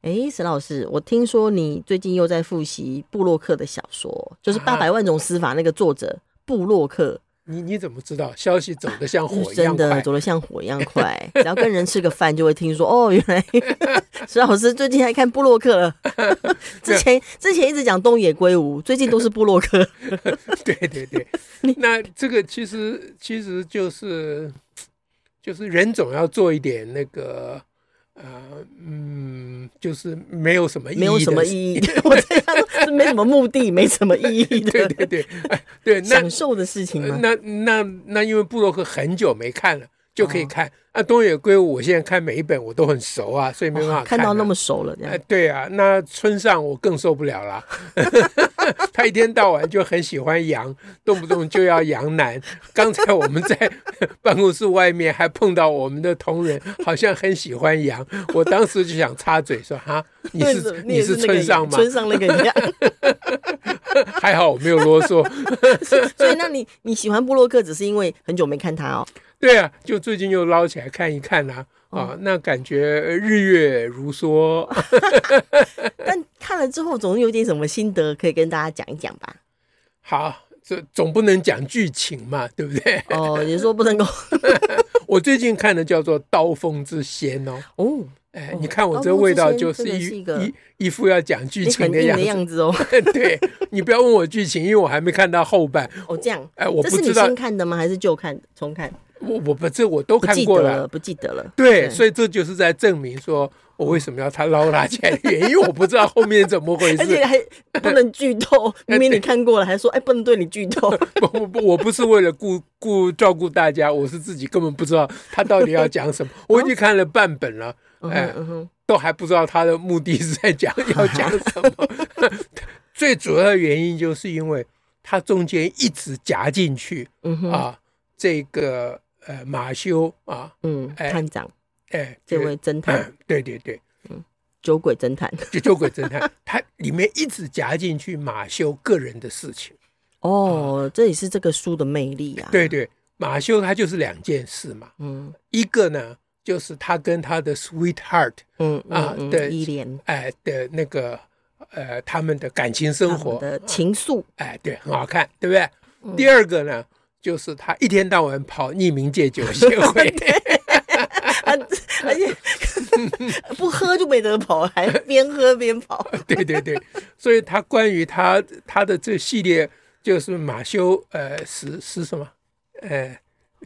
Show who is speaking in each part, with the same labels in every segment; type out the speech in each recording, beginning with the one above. Speaker 1: 哎，史老师，我听说你最近又在复习布洛克的小说，就是《八百万种死法》那个作者布洛克，
Speaker 2: 你你怎么知道消息走得 像火一
Speaker 1: 真
Speaker 2: 样
Speaker 1: 的
Speaker 2: 快？
Speaker 1: 走得像火一样快，只要跟人吃个饭就会听说哦，原来史老师最近还看布洛克 了。之前之前一直讲东野圭吾，最近都是布洛 克。
Speaker 2: 对对 对，那这个其实其实就是就是人总要做一点那个呃嗯，就是没有什么意义，
Speaker 1: 没有什么意
Speaker 2: 义。
Speaker 1: 义， 我这样是没什么目的，没什么意义
Speaker 2: 对
Speaker 1: 的
Speaker 2: 对对， 哎对，那
Speaker 1: 享受的事情
Speaker 2: 呃
Speaker 1: 吗？
Speaker 2: 那那那因为布洛克很久没看了，就可以
Speaker 1: 哦
Speaker 2: 看。那、东野圭吾，我现在看每一本我都很熟啊，所以没办法
Speaker 1: 哇哦看到
Speaker 2: 啊
Speaker 1: 那么熟了，这样
Speaker 2: 哎，对啊，那村上我更受不了 了，他一天到晚就很喜欢羊，动不动就要羊男。刚才我们在办公室外面还碰到我们的同仁，好像很喜欢 羊，我当时就想插嘴说：“哈，你是
Speaker 1: 你也
Speaker 2: 是
Speaker 1: 那个
Speaker 2: 村上吗
Speaker 1: 村上那个啊一样。？”
Speaker 2: 还好我没有啰嗦。
Speaker 1: 所以，那你你喜欢布洛克，只是因为很久没看他哦。
Speaker 2: 对啊，就最近又捞起来看一看啦、
Speaker 1: 嗯
Speaker 2: 啊。那感觉呃日月如梭，
Speaker 1: 但看了之后，总是有点什么心得可以跟大家讲一讲吧。
Speaker 2: 好，这总不能讲剧情嘛，对不对？
Speaker 1: 哦，也说不能够
Speaker 2: 我最近看的叫做《刀锋之仙》哦，
Speaker 1: 哦，
Speaker 2: 哎
Speaker 1: 哦，
Speaker 2: 你看我
Speaker 1: 刀
Speaker 2: 这
Speaker 1: 锋之
Speaker 2: 味道
Speaker 1: 仙
Speaker 2: 就
Speaker 1: 真
Speaker 2: 是
Speaker 1: 的
Speaker 2: 一
Speaker 1: 是一个
Speaker 2: 一一副要讲剧
Speaker 1: 你
Speaker 2: 情
Speaker 1: 很
Speaker 2: 的
Speaker 1: 硬
Speaker 2: 样
Speaker 1: 的
Speaker 2: 子。
Speaker 1: 样 子哦。
Speaker 2: 对你不要问我剧情，因为我还没看到后半。
Speaker 1: 哦，这样，
Speaker 2: 哎，我
Speaker 1: 这
Speaker 2: 不
Speaker 1: 是
Speaker 2: 知
Speaker 1: 你
Speaker 2: 道
Speaker 1: 新，看的吗？还是旧看重看？
Speaker 2: 我我不这我都
Speaker 1: 不
Speaker 2: 看
Speaker 1: 记
Speaker 2: 过
Speaker 1: 得
Speaker 2: 了。
Speaker 1: 了，不记得了。
Speaker 2: 对，
Speaker 1: 对
Speaker 2: 所以这就是在证明说我为什么要他捞拉起来的原因，因为我不知道后面怎么回
Speaker 1: 而且
Speaker 2: 事。
Speaker 1: 还不能剧 透，明明你看过了，还说哎不能对你剧透。
Speaker 2: 不 不不，我不是为了顾顾照顾大家，我是自己根本不知道他到底要讲什么。我已
Speaker 1: 哦
Speaker 2: 经看了半本了，
Speaker 1: 嗯
Speaker 2: 哎
Speaker 1: 哼嗯哼，
Speaker 2: 都还不知道他的目的是在讲要讲什么。 最主要的原因就是因为他中间一直夹进去
Speaker 1: 嗯哼，
Speaker 2: 啊，这个呃马修啊，
Speaker 1: 嗯，
Speaker 2: 哎
Speaker 1: 探长，
Speaker 2: 哎，
Speaker 1: 这
Speaker 2: 个
Speaker 1: 位侦探，
Speaker 2: 嗯 对对对，
Speaker 1: 酒鬼侦探。
Speaker 2: 就酒鬼侦探，他里面一直夹进去马修个人的事情。
Speaker 1: 哦，这也是这个书的魅力啊。，
Speaker 2: 啊对对，马修他就是两件事嘛，
Speaker 1: 嗯
Speaker 2: 一个呢就是他跟他的 sweetheart
Speaker 1: 嗯
Speaker 2: 啊
Speaker 1: 嗯嗯
Speaker 2: 对
Speaker 1: 依恋
Speaker 2: 哎的那个呃他们的感情
Speaker 1: 他
Speaker 2: 生
Speaker 1: 们
Speaker 2: 活，
Speaker 1: 的嗯情 愫，
Speaker 2: 哎，对，很好看，对不对？第二个呢，就是他一天到晚跑匿名戒酒协 会，
Speaker 1: 啊
Speaker 2: 哎
Speaker 1: 而且 不喝就没得跑，还边喝边 跑。
Speaker 2: 对对对，所以他关于他他的这系列就是马修呃十十什么呃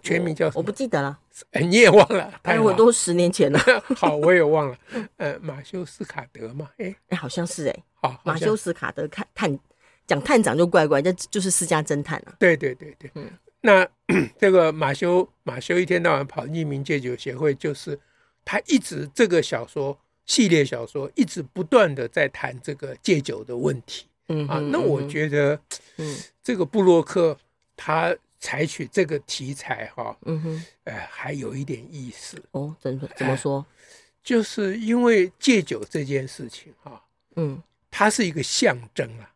Speaker 2: 全名叫什
Speaker 1: 我
Speaker 2: 么
Speaker 1: 不？记得了，
Speaker 2: 哎你也忘了，太
Speaker 1: 哎，
Speaker 2: 好
Speaker 1: 我都十年前了。
Speaker 2: 好，我也忘了，呃，马修斯卡德嘛，哎，
Speaker 1: 哎，好像是哎，
Speaker 2: 好，好
Speaker 1: 马
Speaker 2: 像
Speaker 1: 修斯卡德看探讲探长就怪怪，这就是私家侦探啊。
Speaker 2: 对对对对，
Speaker 1: 嗯
Speaker 2: 那 这个马修马修一天到晚跑匿名戒酒协会，就是他一直这个小说系列小说一直不断的在谈这个戒酒的问题
Speaker 1: 嗯
Speaker 2: 啊。
Speaker 1: 哼
Speaker 2: 那我觉得
Speaker 1: 嗯
Speaker 2: 这个布洛克他采取这个题材哈、
Speaker 1: 嗯哼，
Speaker 2: 呃，还有一点意思，
Speaker 1: 哦，怎怎么说？
Speaker 2: 就是因为戒酒这件事情哈、
Speaker 1: 嗯，
Speaker 2: 它是一个象征啊。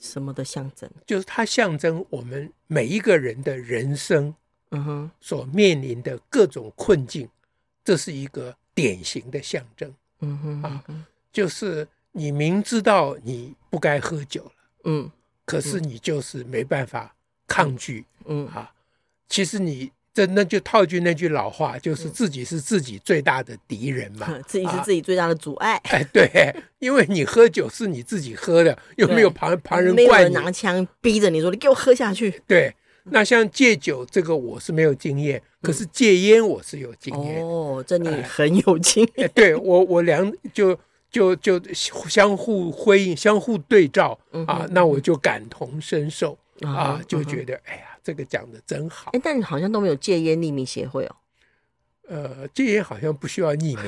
Speaker 1: 什么的象征？
Speaker 2: 就是它象征我们每一个人的人生
Speaker 1: 嗯哼，
Speaker 2: 所面临的各种困境，这是一个典型的象征。
Speaker 1: 嗯哼，嗯
Speaker 2: 啊
Speaker 1: 哼
Speaker 2: 就是你明知道你不该喝酒了，
Speaker 1: 嗯
Speaker 2: 可是你就是没办法抗拒
Speaker 1: 嗯
Speaker 2: 啊。其实你这那就套句那句老话，
Speaker 1: 嗯
Speaker 2: 就是自己是自己最大的敌人嘛。
Speaker 1: 哼，自己是
Speaker 2: 啊
Speaker 1: 自己最大的阻碍，
Speaker 2: 哎，对，因为你喝酒是你自己喝的，又没有
Speaker 1: 对
Speaker 2: 旁旁人
Speaker 1: 没有
Speaker 2: 灌
Speaker 1: 人
Speaker 2: 你。
Speaker 1: 拿嗯枪逼着你说你给我喝下去。
Speaker 2: 对，那像戒酒这个我是没有经验，可是戒烟我是有经验。
Speaker 1: 嗯哦，这你很有经验。
Speaker 2: 哎，对我我两就就就相互辉映、相互对照
Speaker 1: 嗯
Speaker 2: 啊
Speaker 1: 哼，
Speaker 2: 那我就感同身受
Speaker 1: 啊
Speaker 2: 啊
Speaker 1: 哈，
Speaker 2: 就
Speaker 1: 啊哈
Speaker 2: 觉得哎呀，这个讲的真好
Speaker 1: 哎。，但你好像都没有戒烟匿名协会哦。
Speaker 2: 呃，戒烟好像不需要匿名，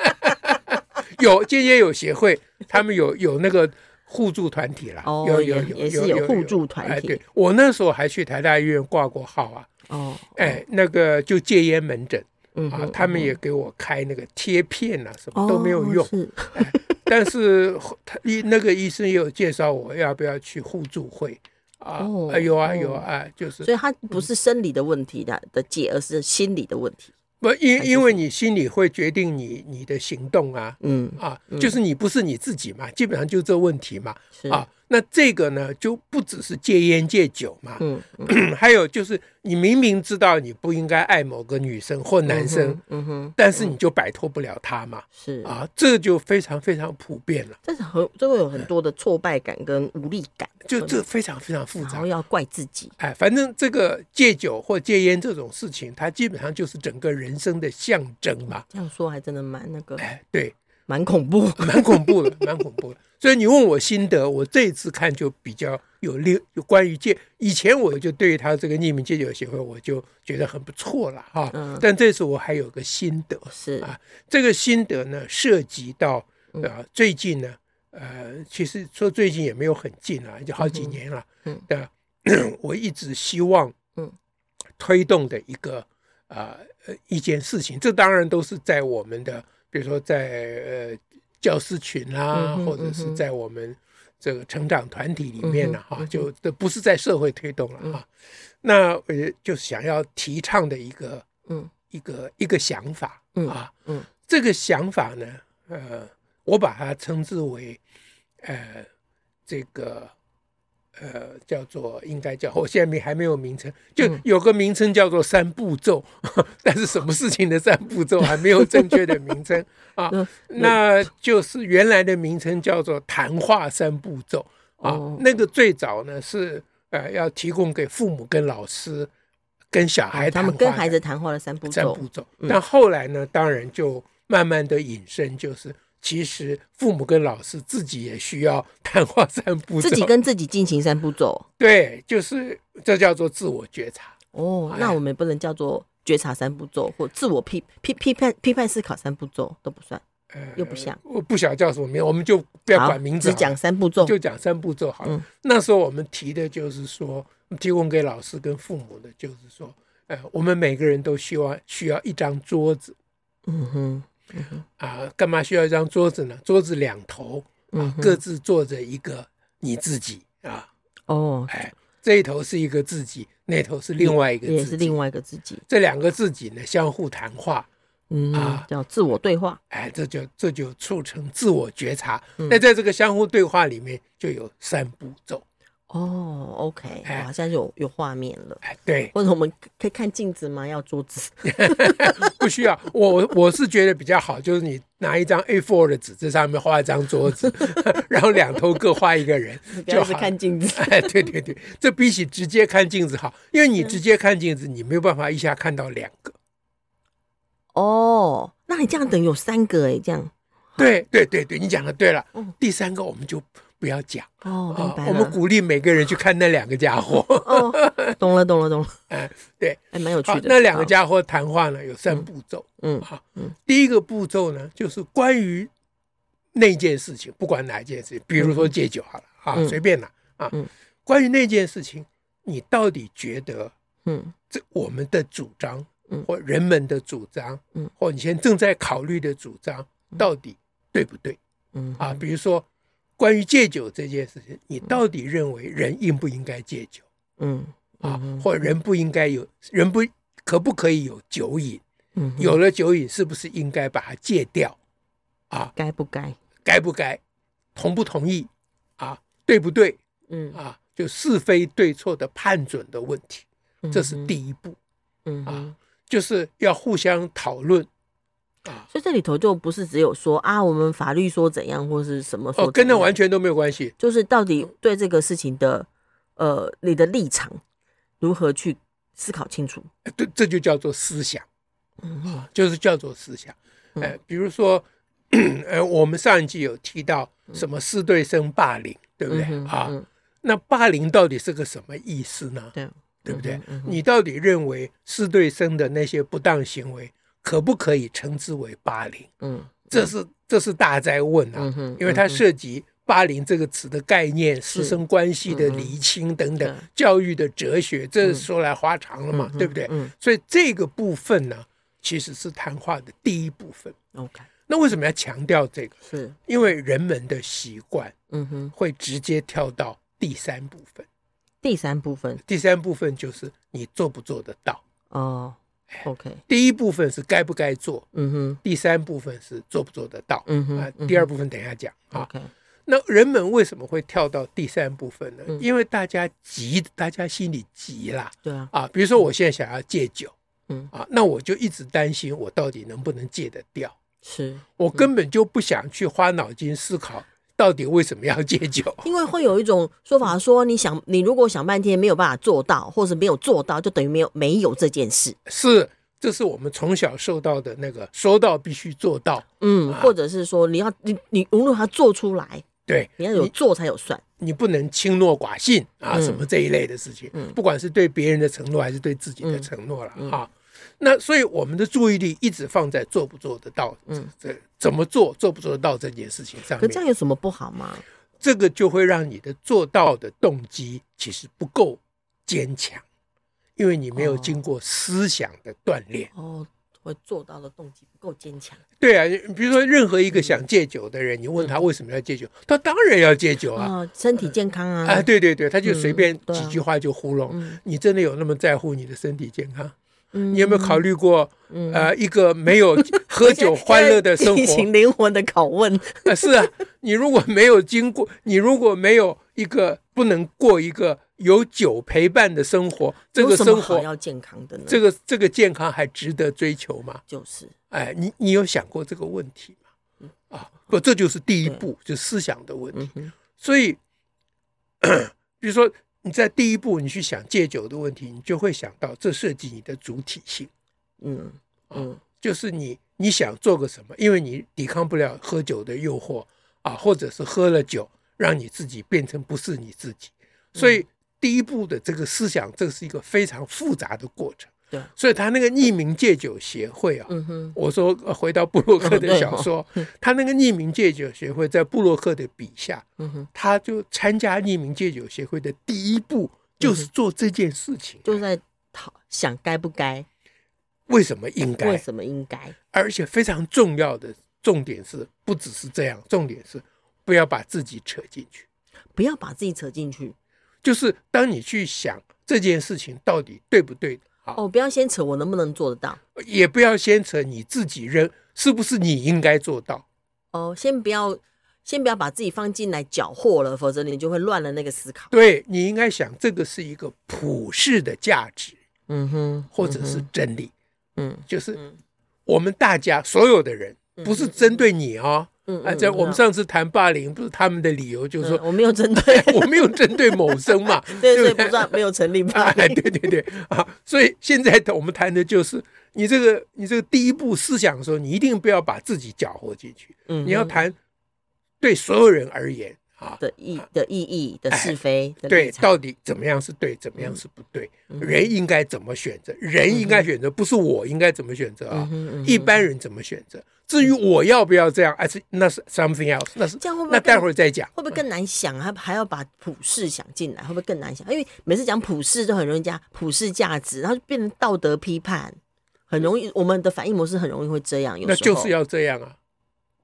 Speaker 2: 有间接有协会，他们有有那个互助团体啦，
Speaker 1: 哦
Speaker 2: 有有
Speaker 1: 也
Speaker 2: 有
Speaker 1: 也是有互助团体
Speaker 2: 哎，对我那时候还去台大医院挂过号啊，
Speaker 1: 哦，
Speaker 2: 哎，那个就戒烟门诊
Speaker 1: 嗯
Speaker 2: 啊
Speaker 1: 哼，
Speaker 2: 他们也给我开那个贴片啊，什么
Speaker 1: 哦
Speaker 2: 都没有用。
Speaker 1: 是
Speaker 2: 但是后他医那个医生也有介绍我要不要去互助会啊
Speaker 1: 哦，
Speaker 2: 啊有啊
Speaker 1: 哦
Speaker 2: 有啊，就是
Speaker 1: 所以它不是生理的问题的的解，而是心理的问题。
Speaker 2: 不因
Speaker 1: 还是
Speaker 2: 因为你心里会决定你你的行动啊
Speaker 1: 嗯，嗯
Speaker 2: 啊，就是你不是你自己嘛，基本上就这问题嘛
Speaker 1: 是，
Speaker 2: 啊，那这个呢就不只是戒烟戒酒嘛，
Speaker 1: 嗯，嗯
Speaker 2: 还有就是你明明知道你不应该爱某个女生或男生，，
Speaker 1: 嗯哼，
Speaker 2: 但是你就摆脱不了他嘛，
Speaker 1: 是啊，
Speaker 2: 啊，这就非常非常普遍了，
Speaker 1: 但是很就会有很多的挫败感跟无力感，
Speaker 2: 就这非常非常复
Speaker 1: 然
Speaker 2: 杂
Speaker 1: 后。要怪自己。
Speaker 2: 哎，反正这个戒酒或戒烟这种事情，它基本上就是整个人生的象征嘛。
Speaker 1: 这样说还真的蛮那个，
Speaker 2: 哎，对，
Speaker 1: 蛮恐 怖。
Speaker 2: 蛮恐怖的，蛮恐怖的。所以你问我心得，我这一次看就比较有另有关于戒。以前我就对于他这个匿名戒酒协会，我就觉得很不错了哈。
Speaker 1: 嗯
Speaker 2: 但这次我还有个心得，
Speaker 1: 是，
Speaker 2: 啊这个心得呢，涉及到
Speaker 1: 嗯
Speaker 2: 呃最近呢，呃，其实说最近也没有很近啊，就好几年了。
Speaker 1: 嗯
Speaker 2: 呃，我一直希望
Speaker 1: 嗯
Speaker 2: 推动的一个呃呃一件事情，这当然都是在我们的，比如说在呃教师群啦、
Speaker 1: 嗯哼
Speaker 2: 或者
Speaker 1: 嗯
Speaker 2: 是
Speaker 1: 哼
Speaker 2: 在我们这个成长团体里面呢、啊
Speaker 1: 嗯哼嗯
Speaker 2: 哈、
Speaker 1: 嗯哼
Speaker 2: 就这不是在社会推动了哈、啊。那呃，就想要提倡的一个
Speaker 1: 嗯
Speaker 2: 一个一个想法
Speaker 1: 嗯
Speaker 2: 啊，
Speaker 1: 嗯
Speaker 2: 这个想法呢，呃，我把它称之为，呃，这个呃叫做应该叫，我 现在没还没有名称，就
Speaker 1: 嗯
Speaker 2: 有个名称叫做三步骤， 但是什么事情的三步骤还没有正确的 名称啊
Speaker 1: 嗯，
Speaker 2: 那就是原来的名称叫做谈话三步骤啊，
Speaker 1: 哦
Speaker 2: 那个最早呢是呃要提供给父母跟老师跟小孩
Speaker 1: 哦他
Speaker 2: 哎谈
Speaker 1: 们
Speaker 2: 话
Speaker 1: 跟
Speaker 2: 的
Speaker 1: 孩子谈话的三步
Speaker 2: 三
Speaker 1: 骤
Speaker 2: 步，骤。
Speaker 1: 嗯
Speaker 2: 但后来呢，当然就慢慢的引申，就是其实父母跟老师自己也需要谈话三步骤，
Speaker 1: 自己跟自己进行三步骤。
Speaker 2: 对，就是这叫做自我觉察。
Speaker 1: 哦，
Speaker 2: 哎
Speaker 1: 那我们也不能叫做觉察三步骤，或自我批批批判批判思考三步骤都不算，
Speaker 2: 呃
Speaker 1: 又不像，
Speaker 2: 我不晓得叫什么名，我们就不要
Speaker 1: 好
Speaker 2: 管名字
Speaker 1: 只
Speaker 2: 好了，
Speaker 1: 讲三步骤。
Speaker 2: 就讲三步骤好了。
Speaker 1: 嗯
Speaker 2: 那时候我们提的就是说，提供给老师跟父母的就是说，呃，我们每个人都希望需要一张桌子
Speaker 1: 嗯哼，
Speaker 2: 啊、干嘛需要一张桌子呢？桌子两头啊、
Speaker 1: 嗯哼
Speaker 2: 各自坐着一个你自己啊，
Speaker 1: 哦，
Speaker 2: 哎，这一头是一个自己，那头是另外一个
Speaker 1: 也
Speaker 2: 自
Speaker 1: 是
Speaker 2: 己。
Speaker 1: 另外一个自己。
Speaker 2: 这两个自己呢，相互谈话，
Speaker 1: 嗯
Speaker 2: 啊，
Speaker 1: 叫自我对话。
Speaker 2: 哎，这就这就促成自我觉察。
Speaker 1: 嗯
Speaker 2: 那、在这个相互对话里面，就有三步骤。
Speaker 1: 哦，OK，
Speaker 2: 哎
Speaker 1: 我好像有有画面了。
Speaker 2: 哎，对，
Speaker 1: 或者我们可以看镜子吗？要桌子？
Speaker 2: 不需要。我我是觉得比较好，就是你拿一张 A4 的纸，这上面画一张桌子，然后两头各画一个人
Speaker 1: 你不要
Speaker 2: 就
Speaker 1: 一直
Speaker 2: 好。
Speaker 1: 看镜子。
Speaker 2: 哎，对对对，这比起直接看镜子好，因为
Speaker 1: 嗯
Speaker 2: 你直接看镜子，你没有办法一下看到两个。
Speaker 1: 哦，那你这样等于有三个哎，这样
Speaker 2: 对对对对，你讲的对了。
Speaker 1: 嗯
Speaker 2: 第三个我们就不要讲
Speaker 1: 哦，明
Speaker 2: 啊
Speaker 1: 白，了。
Speaker 2: 我们鼓励每个人去看那两个 家伙。
Speaker 1: 哦， 懂了，懂了，懂了。
Speaker 2: 哎，对，
Speaker 1: 还蛮有趣
Speaker 2: 好，
Speaker 1: 的。
Speaker 2: 啊那两个
Speaker 1: 好，
Speaker 2: 家伙谈话呢有三步骤。
Speaker 1: 嗯
Speaker 2: 好
Speaker 1: 嗯，
Speaker 2: 第一个步骤呢就是关于那件事情，不管哪一件事情，比如说戒酒好了啊，
Speaker 1: 嗯
Speaker 2: 随便啦啊
Speaker 1: 嗯，
Speaker 2: 关于那件事情，你到底觉得
Speaker 1: 嗯
Speaker 2: 这我们的主张
Speaker 1: 嗯，
Speaker 2: 或人们的主张
Speaker 1: 嗯，
Speaker 2: 或你现在正在考虑的主张到底对不对？
Speaker 1: 嗯
Speaker 2: 啊，比如说关于戒酒这件事情，你到底认为人应不应该戒酒
Speaker 1: 嗯
Speaker 2: 啊
Speaker 1: 嗯，
Speaker 2: 或人不应该有人不可不可以有酒瘾？
Speaker 1: 嗯，
Speaker 2: 有了酒瘾，是不是应该把它戒掉？啊，
Speaker 1: 该不该？
Speaker 2: 该不该？同不同意？啊，对不对？
Speaker 1: 嗯，
Speaker 2: 啊，就是非对错的判准的问题，
Speaker 1: 嗯
Speaker 2: 这是第一步，
Speaker 1: 嗯
Speaker 2: 啊
Speaker 1: 哼
Speaker 2: 就是要互相讨论。
Speaker 1: 所以这里头就不是只有说啊，我们法律说怎样或是什么说怎
Speaker 2: 哦，
Speaker 1: 样，
Speaker 2: 跟那完全都没有关系。
Speaker 1: 就是到底对这个事情的呃你的立场如何去思考清楚。
Speaker 2: 呃对，这就叫做思想。
Speaker 1: 嗯
Speaker 2: 啊，就是叫做思想。
Speaker 1: 嗯
Speaker 2: 呃，比如说， 呃，我们上一季有提到什么师对生霸凌，对不对、
Speaker 1: 嗯嗯哼
Speaker 2: 啊？
Speaker 1: 嗯
Speaker 2: 那霸凌到底是个什么意思呢？
Speaker 1: 对，
Speaker 2: 对不对？
Speaker 1: 嗯哼嗯哼
Speaker 2: 你到底认为师对生的那些不当行为，可不可以称之为霸凌？
Speaker 1: 嗯，
Speaker 2: 这是这是大灾问啊，
Speaker 1: 嗯哼
Speaker 2: 因为它涉及霸凌这个词的概念、师
Speaker 1: 是
Speaker 2: 生关系的
Speaker 1: 嗯哼
Speaker 2: 厘清等等
Speaker 1: 对、
Speaker 2: 教育的哲学，这说来话长了嘛，对不对？
Speaker 1: 嗯
Speaker 2: 所以这个部分呢，其实是谈话的第一部分。
Speaker 1: ，OK，
Speaker 2: 那为什么要强调这个？
Speaker 1: 是，
Speaker 2: 因为人们的习惯
Speaker 1: 嗯哼。
Speaker 2: 会直接跳到第三部分，
Speaker 1: 第三部分
Speaker 2: 第三部分就是你做不做得到。
Speaker 1: 哦，OK，
Speaker 2: 第一部分是该不该做，
Speaker 1: 嗯哼，
Speaker 2: 第三部分是做不做得到。
Speaker 1: 嗯哼
Speaker 2: 啊
Speaker 1: 嗯，哼
Speaker 2: 第二部分等一下讲啊。
Speaker 1: ，OK，
Speaker 2: 那人们为什么会跳到第三部分呢？
Speaker 1: 嗯
Speaker 2: 因为大家急，大家心里急啦
Speaker 1: 对啊，
Speaker 2: 啊。比如说，我现在想要戒酒，
Speaker 1: 嗯
Speaker 2: 啊，那我就一直担心我到底能不能戒得掉，
Speaker 1: 是
Speaker 2: 我根本就不想去花脑筋思考到底为什么要戒 酒。
Speaker 1: 因为会有一种说法说，你想你如果想半天没有办法做到，或是没有做到，就等于没有没有这件事，
Speaker 2: 是，这是我们从小受到的那个说到必须做到，
Speaker 1: 嗯，
Speaker 2: 啊
Speaker 1: 或者是说你要你你无论它做出来，
Speaker 2: 对
Speaker 1: 你要有做才有算，
Speaker 2: 你不能轻诺寡信啊，
Speaker 1: 嗯
Speaker 2: 什么这一类的事情，
Speaker 1: 嗯
Speaker 2: 不管是对别人的承诺还是对自己的
Speaker 1: 嗯
Speaker 2: 承诺了、
Speaker 1: 嗯
Speaker 2: 啊。那所以我们的注意力一直放在做不做得到，
Speaker 1: 嗯
Speaker 2: 这怎么做做不做得到这件事情上
Speaker 1: 可
Speaker 2: 面，
Speaker 1: 这样有什么不好吗？
Speaker 2: 这个就会让你的做到的动机其实不够坚强，因为你没有
Speaker 1: 哦
Speaker 2: 经过思想的锻炼。
Speaker 1: 哦，会做到的动机不够坚强
Speaker 2: 对啊，比如说任何一个想戒酒的人，你问他为什么要戒酒，他当然要戒酒啊。
Speaker 1: 啊，身体健康啊，
Speaker 2: 啊，对对对，他就
Speaker 1: 嗯
Speaker 2: 随便
Speaker 1: 对啊
Speaker 2: 几句话就糊弄。
Speaker 1: 嗯
Speaker 2: 你真的有那么在乎你的身体健康？
Speaker 1: 嗯
Speaker 2: 你有没有考虑过，
Speaker 1: 嗯
Speaker 2: 呃，一个没 有喝酒欢乐的生
Speaker 1: 进行
Speaker 2: 活？
Speaker 1: 灵魂的拷问，
Speaker 2: 呃是啊，你如果没有经过，你如果没有一个不能过一个有酒陪伴的生活，这个
Speaker 1: 有什么
Speaker 2: 生
Speaker 1: 好
Speaker 2: 活，
Speaker 1: 要健康的呢？
Speaker 2: 这个这个健康还值得追求吗？
Speaker 1: 就是
Speaker 2: 哎，你你有想过这个问题吗？啊，不，这就是第一步，就思想的问题。
Speaker 1: 嗯哼
Speaker 2: 所以， 比如说你在第一步你去想戒酒的问题，你就会想到这涉及你的主体性，
Speaker 1: 嗯嗯
Speaker 2: 就是你你想做个什么，因为你抵抗不了喝酒的诱惑啊，或者是喝了酒让你自己变成不是你自己，所
Speaker 1: 嗯
Speaker 2: 以第一步的这个思想，这是一个非常复杂的过程。
Speaker 1: 对
Speaker 2: 所以他那个匿名戒酒协会啊，
Speaker 1: 嗯哼
Speaker 2: 我说呃回到布洛克
Speaker 1: 哦对
Speaker 2: 的
Speaker 1: 哦
Speaker 2: 小说，他那个匿名戒酒协会在布洛克的笔下，
Speaker 1: 嗯哼，
Speaker 2: 他就参加匿名戒酒协会的第一步就是做这件事
Speaker 1: 嗯
Speaker 2: 情，啊
Speaker 1: 就在讨想该不该，
Speaker 2: 为什么应
Speaker 1: 为
Speaker 2: 该，
Speaker 1: 什么应该？
Speaker 2: 而且非常重要的重点是，不只是这样，重点是不要把自己扯进去。
Speaker 1: 不要把自己扯进去
Speaker 2: 就是当你去想这件事情到底对不对，好，
Speaker 1: 哦，不要先扯我能不能做得到
Speaker 2: 也不要先扯你自己认是不是你应该做到。
Speaker 1: 哦，先不要先不要把自己放进来搅和了，否则你就会乱了那个思考。
Speaker 2: 对你应该想，这个是一个普世的价值，
Speaker 1: 嗯哼，
Speaker 2: 或者是真理，
Speaker 1: 嗯
Speaker 2: 就是
Speaker 1: 嗯
Speaker 2: 我们大家所有的人，不是针对你哦。
Speaker 1: 嗯
Speaker 2: 啊，在我们
Speaker 1: 上
Speaker 2: 上次谈霸凌，不是他们的理由就是说，
Speaker 1: 我没有针对，，
Speaker 2: 我没有针 对某生嘛
Speaker 1: 嗯 对，所以
Speaker 2: 不
Speaker 1: 不 算没有成立吧？
Speaker 2: 哎，对对对啊，所以现在我们谈的就是你这个你这个第一步思想的时候，你一定不要把自己搅和进去，
Speaker 1: 嗯哼
Speaker 2: 你要谈对所有人而言啊，
Speaker 1: 的意的意义的是非的
Speaker 2: 对
Speaker 1: 立，场，嗯
Speaker 2: 到底怎么样是对，怎么样是不对，人应该怎么选择，人应该选择，不是我应该怎么选择啊
Speaker 1: 嗯哼嗯，哼
Speaker 2: 一般人怎么选择，至于我要不要这样，哎，是那是 something else，那是
Speaker 1: 这样会不会
Speaker 2: 那
Speaker 1: 更
Speaker 2: 待会儿再讲。
Speaker 1: 会不会更难想？啊还还要把普世想进来，会不会更难想？因为每次讲普世就很容易加普世价值，然后就变成道德批判，很容易我们的反应模式很容易会这样。有
Speaker 2: 那
Speaker 1: 时候
Speaker 2: 就是要这样啊，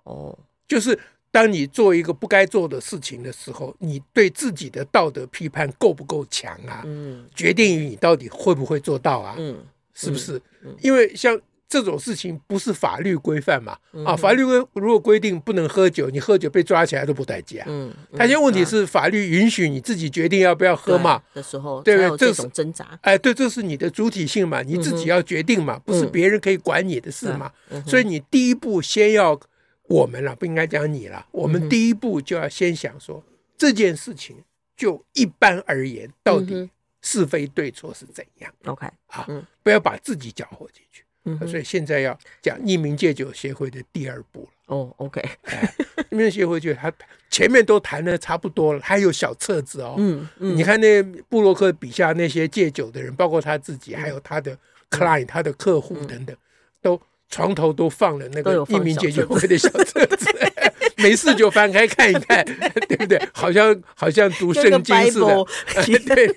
Speaker 1: 哦，
Speaker 2: 就是当你做一个不该做的事情的时候，你对自己的道德批判够不够强啊，
Speaker 1: 嗯
Speaker 2: 决定于你到底会不会做到啊，
Speaker 1: 嗯
Speaker 2: 是不是
Speaker 1: 嗯？
Speaker 2: 因为像这种事情不是法律规范嘛，
Speaker 1: 哼
Speaker 2: 啊，法律规如果规定不能喝酒，你喝酒被抓起来都不待见啊。
Speaker 1: 嗯，
Speaker 2: 他现在问题
Speaker 1: 啊
Speaker 2: 是法律允许你自己决定要不要喝嘛？
Speaker 1: 对的时候，
Speaker 2: 对
Speaker 1: 才有
Speaker 2: 不对这
Speaker 1: 这
Speaker 2: 是
Speaker 1: 种挣扎。
Speaker 2: 哎，对，这是你的主体性嘛，你自己
Speaker 1: 嗯
Speaker 2: 要决定嘛，不是别人可以管你的事嘛。所以你第一步先要我们了，不应该讲你了，我
Speaker 1: 嗯
Speaker 2: 们第一步就要先想说、这件事情，就一般而言，到底是非对错是怎样、
Speaker 1: OK，
Speaker 2: 啊？
Speaker 1: 嗯
Speaker 2: 不要把自己搅和进去。啊
Speaker 1: 嗯哼
Speaker 2: 所以现在要讲匿名戒酒协会的第二步了。
Speaker 1: 哦，OK，
Speaker 2: 匿名协会就他前面都谈的差不多了，还有小册子哦。
Speaker 1: 嗯嗯，
Speaker 2: 你看那布洛克笔
Speaker 1: 嗯
Speaker 2: 下那些戒酒的人，包括他自己，还有他的 client、他的客户等等，都床头都放了那
Speaker 1: 都
Speaker 2: 个
Speaker 1: 有
Speaker 2: 一
Speaker 1: 放
Speaker 2: 鸣
Speaker 1: 小
Speaker 2: 解决
Speaker 1: 册
Speaker 2: 会的小册子， 没事就翻开看一 看，对不对？好像好像读
Speaker 1: 就个
Speaker 2: 圣经似的
Speaker 1: Bible，，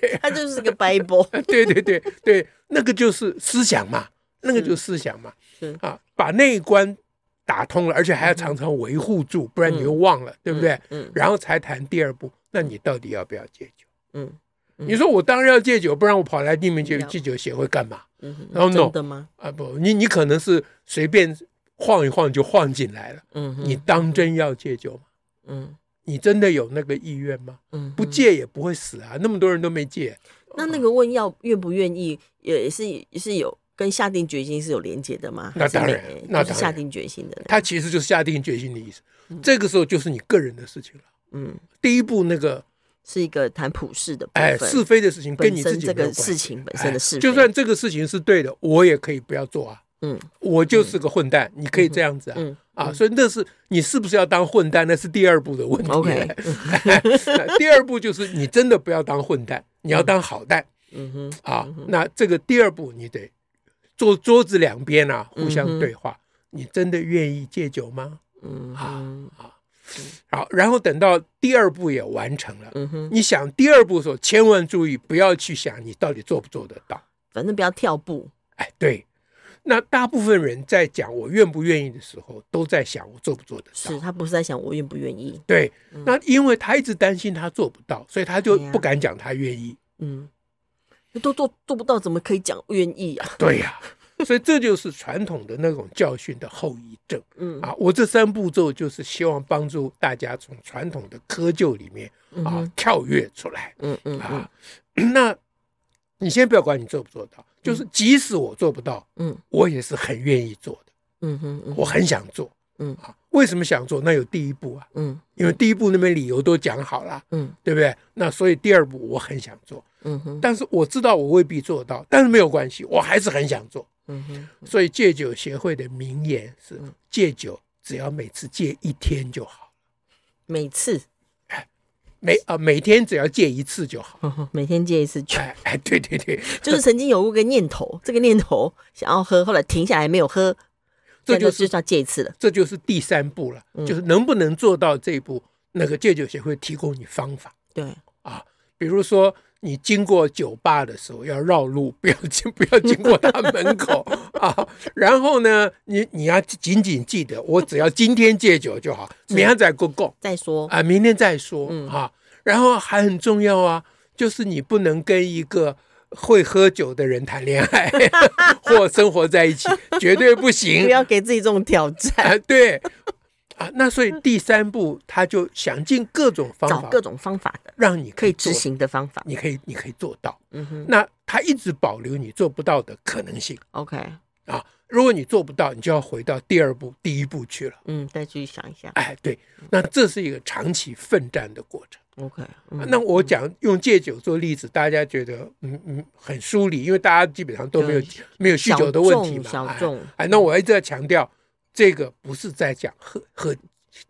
Speaker 2: 对
Speaker 1: 它就是个 Bible，
Speaker 2: 对对对对，那个就是思想嘛，那个
Speaker 1: 是
Speaker 2: 就是思想嘛
Speaker 1: 嗯是，
Speaker 2: 啊，把那一关打通了，而且还要常常维护住，不然你又忘了， 对不对？
Speaker 1: 嗯
Speaker 2: 然后才谈第二步，那你到底要不要戒酒？
Speaker 1: 嗯嗯
Speaker 2: 你说我当然要戒酒，不然我跑来地面戒
Speaker 1: 要
Speaker 2: 戒酒协会干嘛？
Speaker 1: 嗯，
Speaker 2: No, no
Speaker 1: 真的吗？
Speaker 2: 啊不，你你可能是随便晃一晃就晃进来了，
Speaker 1: 嗯哼，
Speaker 2: 你当真要戒酒吗？
Speaker 1: 嗯
Speaker 2: 你真的有那个意愿吗？
Speaker 1: 嗯
Speaker 2: 不
Speaker 1: 哼
Speaker 2: 戒也不会死啊，那么多人都没戒，
Speaker 1: 那
Speaker 2: 嗯
Speaker 1: 那个问要愿不愿意，也是也是有跟下定决心是有连结的吗？
Speaker 2: 那
Speaker 1: 还是
Speaker 2: 当
Speaker 1: 没
Speaker 2: 然那
Speaker 1: 就是
Speaker 2: 当
Speaker 1: 下
Speaker 2: 然
Speaker 1: 定决心的人。
Speaker 2: 他其实就是下定决心的意思。这个时候就是你个人的事情了。
Speaker 1: 嗯，
Speaker 2: 第一步那个
Speaker 1: 是一个谈普世的部
Speaker 2: 哎
Speaker 1: 分，
Speaker 2: 是非的事情
Speaker 1: 本
Speaker 2: 跟你自
Speaker 1: 身
Speaker 2: 己
Speaker 1: 这
Speaker 2: 没有
Speaker 1: 个
Speaker 2: 关系
Speaker 1: 事情本身的是
Speaker 2: 哎
Speaker 1: 非，
Speaker 2: 就算这个事情是对的，我也可以不要做啊。
Speaker 1: 嗯
Speaker 2: 我就是个混蛋，你可以这样子啊。
Speaker 1: 嗯
Speaker 2: 啊，所以那是你是不是要当混蛋？那是第二步的问题。
Speaker 1: OK
Speaker 2: 那第二步就是你真的不要当混蛋，你要当好蛋
Speaker 1: 嗯哼
Speaker 2: 啊。那这个第二步你得坐桌子两边啊，互相对话。你真的愿意戒酒吗？
Speaker 1: 嗯
Speaker 2: 啊
Speaker 1: 哼
Speaker 2: 好，然后等到第二步也完成了，
Speaker 1: 嗯哼，
Speaker 2: 你想第二步的时候，千万注意不要去想你到底做不做得到。
Speaker 1: 反正不要跳步，
Speaker 2: 哎，对。那大部分人在讲我愿不愿意的时候，都在想我做不做得
Speaker 1: 是
Speaker 2: 到。
Speaker 1: 他不是在想我愿不愿意，
Speaker 2: 对，那因为他一直担心他做不到，所以他就
Speaker 1: 嗯哎呀
Speaker 2: 不敢讲他愿意。
Speaker 1: 嗯，都做做不到，怎么可以讲愿意啊？
Speaker 2: 对呀、所以这就是传统的那种教训的后遗症
Speaker 1: 嗯
Speaker 2: 啊！我这三步骤就是希望帮助大家从传统的窠臼里面
Speaker 1: 嗯
Speaker 2: 啊
Speaker 1: 哼
Speaker 2: 跳跃出来
Speaker 1: 嗯嗯嗯
Speaker 2: 啊。那你先不要管你做不做到，就是即使我做不到，
Speaker 1: 嗯
Speaker 2: 我也是很愿意做的。
Speaker 1: 嗯哼嗯
Speaker 2: 我很想做，
Speaker 1: 嗯
Speaker 2: 啊，为什么想做？那有第一步啊，
Speaker 1: 嗯
Speaker 2: 因为第一步那边理由都讲好了，
Speaker 1: 嗯
Speaker 2: 对不对？那所以第二步我很想做，
Speaker 1: 嗯哼
Speaker 2: 但是我知道我未必做到，但是没有关系，我还是很想做。
Speaker 1: 嗯哼，
Speaker 2: 所以戒酒协会的名言是：戒酒只要每次戒一天就好，
Speaker 1: 每次
Speaker 2: 每啊、每天只要戒一次就好。
Speaker 1: 每天戒一次酒。
Speaker 2: 哎哎，对对对，
Speaker 1: 就是曾经有过个念头，这个念头想要喝，后来停下来没有喝，
Speaker 2: 这就
Speaker 1: 那
Speaker 2: 是
Speaker 1: 要戒一次了。
Speaker 2: 这就是第三步了，就是能不能做到这一步？那个戒酒协会提供你方法。
Speaker 1: 对，
Speaker 2: 啊，比如说你经过酒吧的时候要绕路，不要经 不要经过他门口啊。然后呢，你你要紧紧记得，我只要今天戒酒就好，明天再过过
Speaker 1: 再说，
Speaker 2: 啊，明天再说、
Speaker 1: 嗯
Speaker 2: 啊。然后还很重要啊，就是你不能跟一个。会喝酒的人谈恋 爱或生活在一起，绝对不行
Speaker 1: 不。要给自己这种挑 战，
Speaker 2: 啊，对啊，那所以第三步，他就想尽各种方
Speaker 1: 找
Speaker 2: 法，
Speaker 1: 各种方法的
Speaker 2: 让你
Speaker 1: 可以
Speaker 2: 做
Speaker 1: 执行的方法。
Speaker 2: 你可以你可以做到。
Speaker 1: 嗯哼
Speaker 2: 那他一直保留你做不到的可能性
Speaker 1: ，OK，
Speaker 2: 啊。如果你做不到，你就要回到第二步、第一步去了。
Speaker 1: 嗯，再继续想一下
Speaker 2: 哎，对，那这是一个长期奋战的过程。
Speaker 1: ，OK，嗯
Speaker 2: 那我讲用戒酒做例子，大家觉得嗯嗯很疏离，因为大家基本上都没有
Speaker 1: 对
Speaker 2: 没有酗酒的问题嘛。
Speaker 1: 小众
Speaker 2: 哎
Speaker 1: 小众嗯
Speaker 2: 哎，那我一直在强调，这个不是在讲喝喝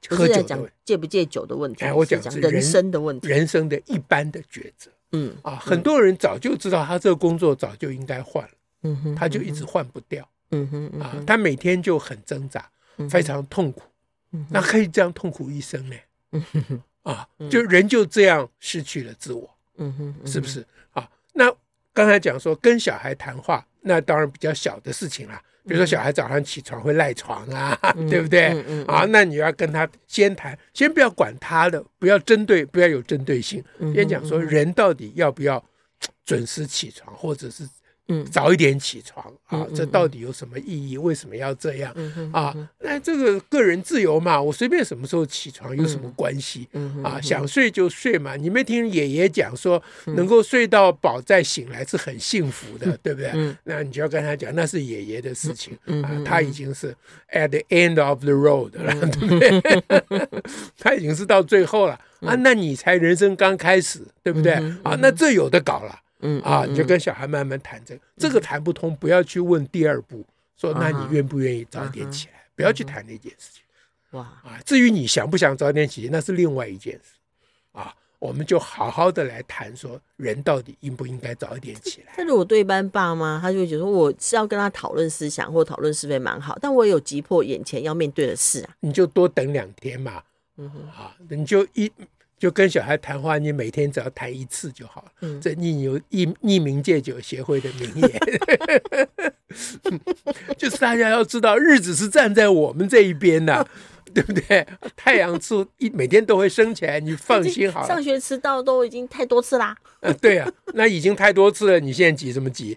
Speaker 1: 不
Speaker 2: 喝
Speaker 1: 是在
Speaker 2: 酒的
Speaker 1: 讲
Speaker 2: 问题
Speaker 1: 戒不戒酒的问题，
Speaker 2: 哎我
Speaker 1: 是
Speaker 2: 讲
Speaker 1: 讲
Speaker 2: 是
Speaker 1: 人
Speaker 2: 人
Speaker 1: 生的问题。
Speaker 2: 人生的一般的抉择
Speaker 1: 嗯
Speaker 2: 啊。很多人早就知道他这个工作早就应该换了，
Speaker 1: 嗯哼，
Speaker 2: 他就一直换不掉。
Speaker 1: 嗯哼嗯
Speaker 2: 啊
Speaker 1: 哼，嗯
Speaker 2: 他每天就很挣扎，非常痛苦。那可以这样痛苦一生呢？啊，就人就这样失去了自我，
Speaker 1: 嗯哼，嗯
Speaker 2: 是不是啊？那刚才讲说跟小孩谈话，那当然比较小的事情啦，比如说小孩早上起床会赖床啊，对不对？
Speaker 1: 嗯嗯嗯
Speaker 2: 啊，那你要跟他先谈，先不要管他的，不要针对，不要有针对性，
Speaker 1: 嗯
Speaker 2: 先讲说人到底要不要准时起床，或者是
Speaker 1: 嗯
Speaker 2: 早一点起床啊
Speaker 1: 嗯，嗯
Speaker 2: 这到底有什么意义？为什么要这样
Speaker 1: 嗯哼
Speaker 2: 啊？那这个个人自由嘛，我随便什么时候起床有什么关系？
Speaker 1: 嗯哼嗯
Speaker 2: 啊，想睡就睡嘛。你没听爷爷讲说，能够睡到饱再醒来是很幸福的，对不对？
Speaker 1: 嗯
Speaker 2: 那你就要跟他讲，那是爷爷的事情啊，他已经是 at the end of the road 了，
Speaker 1: 嗯
Speaker 2: 对不对？ 他已经是到最后了啊，
Speaker 1: 嗯
Speaker 2: 那你才人生刚开始，对不对？啊，那这有的搞了。
Speaker 1: 嗯
Speaker 2: 啊，你就跟小孩慢慢谈这个，这个谈不通，不要去问第二步，说那你愿不愿意早点起来，不要去谈那件事情
Speaker 1: 哇，
Speaker 2: 啊。至于你想不想早点起，那是另外一件事啊。我们就好好的来谈说，人到底应不应该早一点起来？
Speaker 1: 但如果对一般爸妈，他就会觉得说我是要跟他讨论思想或讨论是非蛮好，但我也有急迫眼前要面对的事啊。
Speaker 2: 你就多等两天嘛，
Speaker 1: 嗯哼，
Speaker 2: 啊，你就一就跟小孩谈话，你每天只要谈一次就好了。
Speaker 1: 嗯
Speaker 2: 这逆有匿匿名戒酒协会的名言， 就是大家要知道，日子是站在我们这一边的、对不对？太阳出一每天都会升起来，你放心好了
Speaker 1: 上。学迟到都已经太多次啦。
Speaker 2: 呃对啊，那已经太多次了，你现在急什么急？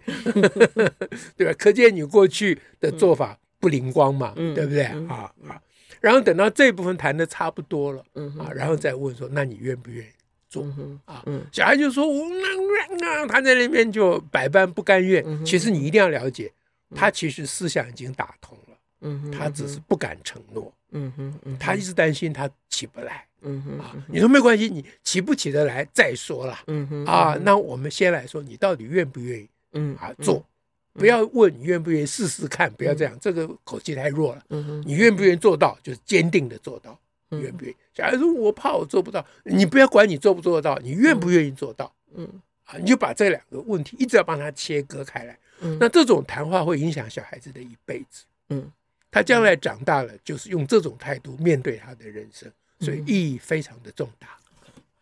Speaker 2: 对吧？可见你过去的做法不灵光嘛，
Speaker 1: 嗯
Speaker 2: 对不对？
Speaker 1: 嗯
Speaker 2: 啊啊，然后等到这部分谈的差不多了
Speaker 1: 嗯哼，
Speaker 2: 啊，然后再问说，那你愿不愿意？
Speaker 1: 嗯哼，
Speaker 2: 啊
Speaker 1: 嗯
Speaker 2: 小孩就说我那那那，他在那边就百般不甘愿
Speaker 1: 嗯。哼
Speaker 2: 其实你一定要了解，他其实思想已经打通了，
Speaker 1: 嗯哼，
Speaker 2: 他只是不敢承诺，
Speaker 1: 嗯哼嗯哼
Speaker 2: 他一直担心他起不来
Speaker 1: 嗯哼
Speaker 2: 啊。你说没关系，你起不起得来再说啦。
Speaker 1: 嗯哼
Speaker 2: 啊，那我们先来说，你到底愿不愿意
Speaker 1: 嗯
Speaker 2: 啊做？不要问你愿不愿意试试看，不要这样，这个口气太弱了。
Speaker 1: 嗯哼
Speaker 2: 你愿不愿意做到，就是坚定的做到，
Speaker 1: 嗯
Speaker 2: 愿不愿意？小孩说我怕我做不到，你不要管你做不做得到，你愿不愿意做到
Speaker 1: 嗯
Speaker 2: 啊？你就把这两个问题一直要帮他切割开来。
Speaker 1: 嗯
Speaker 2: 那这种谈话会影响小孩子的一辈子。
Speaker 1: 嗯，
Speaker 2: 他将来长大了，就是用这种态度面对他的人生，所以意义非常的重大。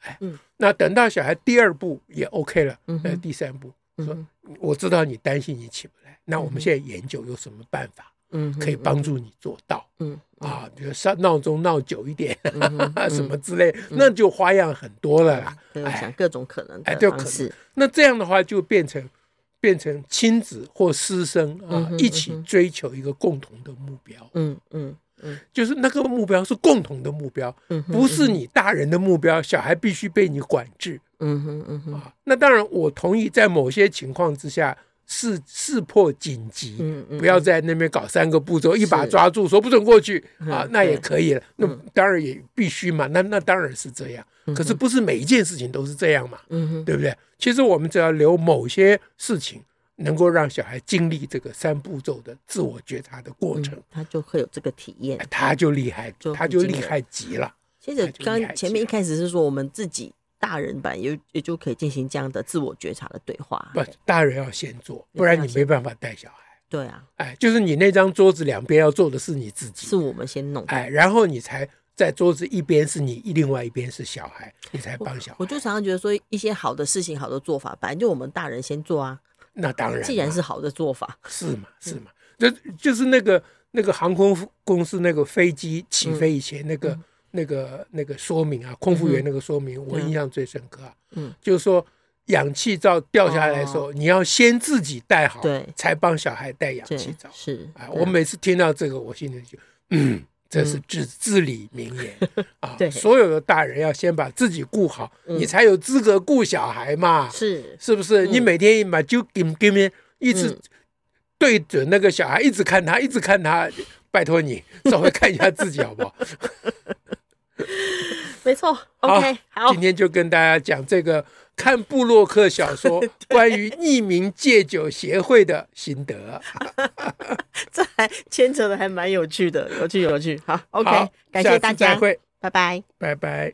Speaker 2: 哎
Speaker 1: 嗯，
Speaker 2: 那等到小孩第二步也 OK 了，
Speaker 1: 嗯哼
Speaker 2: 呃，第三步
Speaker 1: 嗯
Speaker 2: 说
Speaker 1: 哼
Speaker 2: 我知道你担心你起不来，那我
Speaker 1: 嗯哼
Speaker 2: 们现在研究有什么办法
Speaker 1: 嗯哼
Speaker 2: 可以帮助你做到
Speaker 1: 嗯
Speaker 2: 啊？比如上闹钟闹久一点啊
Speaker 1: 嗯哼
Speaker 2: 什么之类，那就花样很多了啦。
Speaker 1: 所以我想
Speaker 2: 哎，
Speaker 1: 各种可能
Speaker 2: 哎
Speaker 1: 的
Speaker 2: 对有可
Speaker 1: 方
Speaker 2: 能
Speaker 1: 式，
Speaker 2: 那这样的话就变成变成亲子或师生
Speaker 1: 嗯
Speaker 2: 啊
Speaker 1: 哼
Speaker 2: 一
Speaker 1: 嗯
Speaker 2: 起
Speaker 1: 哼
Speaker 2: 追求一个共同的目标，
Speaker 1: 嗯嗯嗯
Speaker 2: 就是那个目标是共同的目标，
Speaker 1: 嗯哼，
Speaker 2: 不是你大人的目标，小孩必须被你管制
Speaker 1: 嗯哼嗯哼
Speaker 2: 啊。那当然，我同意在某些情况之下是事迫紧急，
Speaker 1: 嗯嗯，
Speaker 2: 不要在那边搞三个步骤，一把
Speaker 1: 是
Speaker 2: 抓住，说不准过去啊
Speaker 1: 嗯，
Speaker 2: 那也
Speaker 1: 对嗯
Speaker 2: 可以了。那当然也必须嘛，那那当然是这样。可是不是每一件事情都是这样嘛，
Speaker 1: 嗯哼
Speaker 2: 对不对？其实我们只要留某些事情，能够让小孩经历这个三步骤的自我觉察的过程，
Speaker 1: 嗯他就会有这个体验
Speaker 2: 哎。他就厉害
Speaker 1: 就，
Speaker 2: 他就
Speaker 1: 已经
Speaker 2: 厉
Speaker 1: 有
Speaker 2: 害极了。
Speaker 1: 接着
Speaker 2: 那就厉害
Speaker 1: 刚前面一开始是说我们自己大人版也也就可以进行这样的自我觉察的对话，啊
Speaker 2: 不，大人要先做，
Speaker 1: 对
Speaker 2: 不然
Speaker 1: 要
Speaker 2: 你
Speaker 1: 先
Speaker 2: 没办法带小孩。
Speaker 1: 对啊，
Speaker 2: 哎，就是你那张桌子两边要做的是你自己
Speaker 1: 是，我们先弄。
Speaker 2: 哎，然后你才在桌子一边是你，另外一边是小孩，你才帮小
Speaker 1: 我
Speaker 2: 孩。
Speaker 1: 就常常觉得说一些好的事情、好的做法，本来就我们大人先做啊。
Speaker 2: 那当然嘛，
Speaker 1: 既然是嗯好的做 法，
Speaker 2: 是嘛是嘛，这就是那个那个航空公司那个飞机起
Speaker 1: 嗯
Speaker 2: 飞以前那个、那个那个说明啊，空服员那个说明，我
Speaker 1: 对啊
Speaker 2: 印象最深刻啊，
Speaker 1: 嗯，
Speaker 2: 就是说。氧气罩掉下来的时候，你要先自己戴好，
Speaker 1: 哦对
Speaker 2: 才帮小孩戴氧
Speaker 1: 对
Speaker 2: 气罩，。
Speaker 1: 是
Speaker 2: 啊，
Speaker 1: 对
Speaker 2: 我每次听到这个，我心里就，嗯，这是
Speaker 1: 嗯
Speaker 2: 至至理名言啊
Speaker 1: 对。
Speaker 2: 所有的大人要先把自己顾好，
Speaker 1: 嗯
Speaker 2: 你才有资格顾小孩嘛，
Speaker 1: 是
Speaker 2: 是不是？
Speaker 1: 嗯
Speaker 2: 你每天把就给给面一直
Speaker 1: 嗯
Speaker 2: 对准那个小孩，一直看他，一直看他，拜托你稍微看一下自己好不好？
Speaker 1: 没错。OK，好，
Speaker 2: 今天就跟大家讲这个看布洛克 小说关于匿名戒酒协会的心得。
Speaker 1: 这还牵扯的还蛮有趣的，有趣有趣。好，OK，
Speaker 2: 好
Speaker 1: 感
Speaker 2: 下
Speaker 1: 谢
Speaker 2: 次
Speaker 1: 大
Speaker 2: 再
Speaker 1: 家，
Speaker 2: 会，
Speaker 1: 拜拜。
Speaker 2: 拜拜。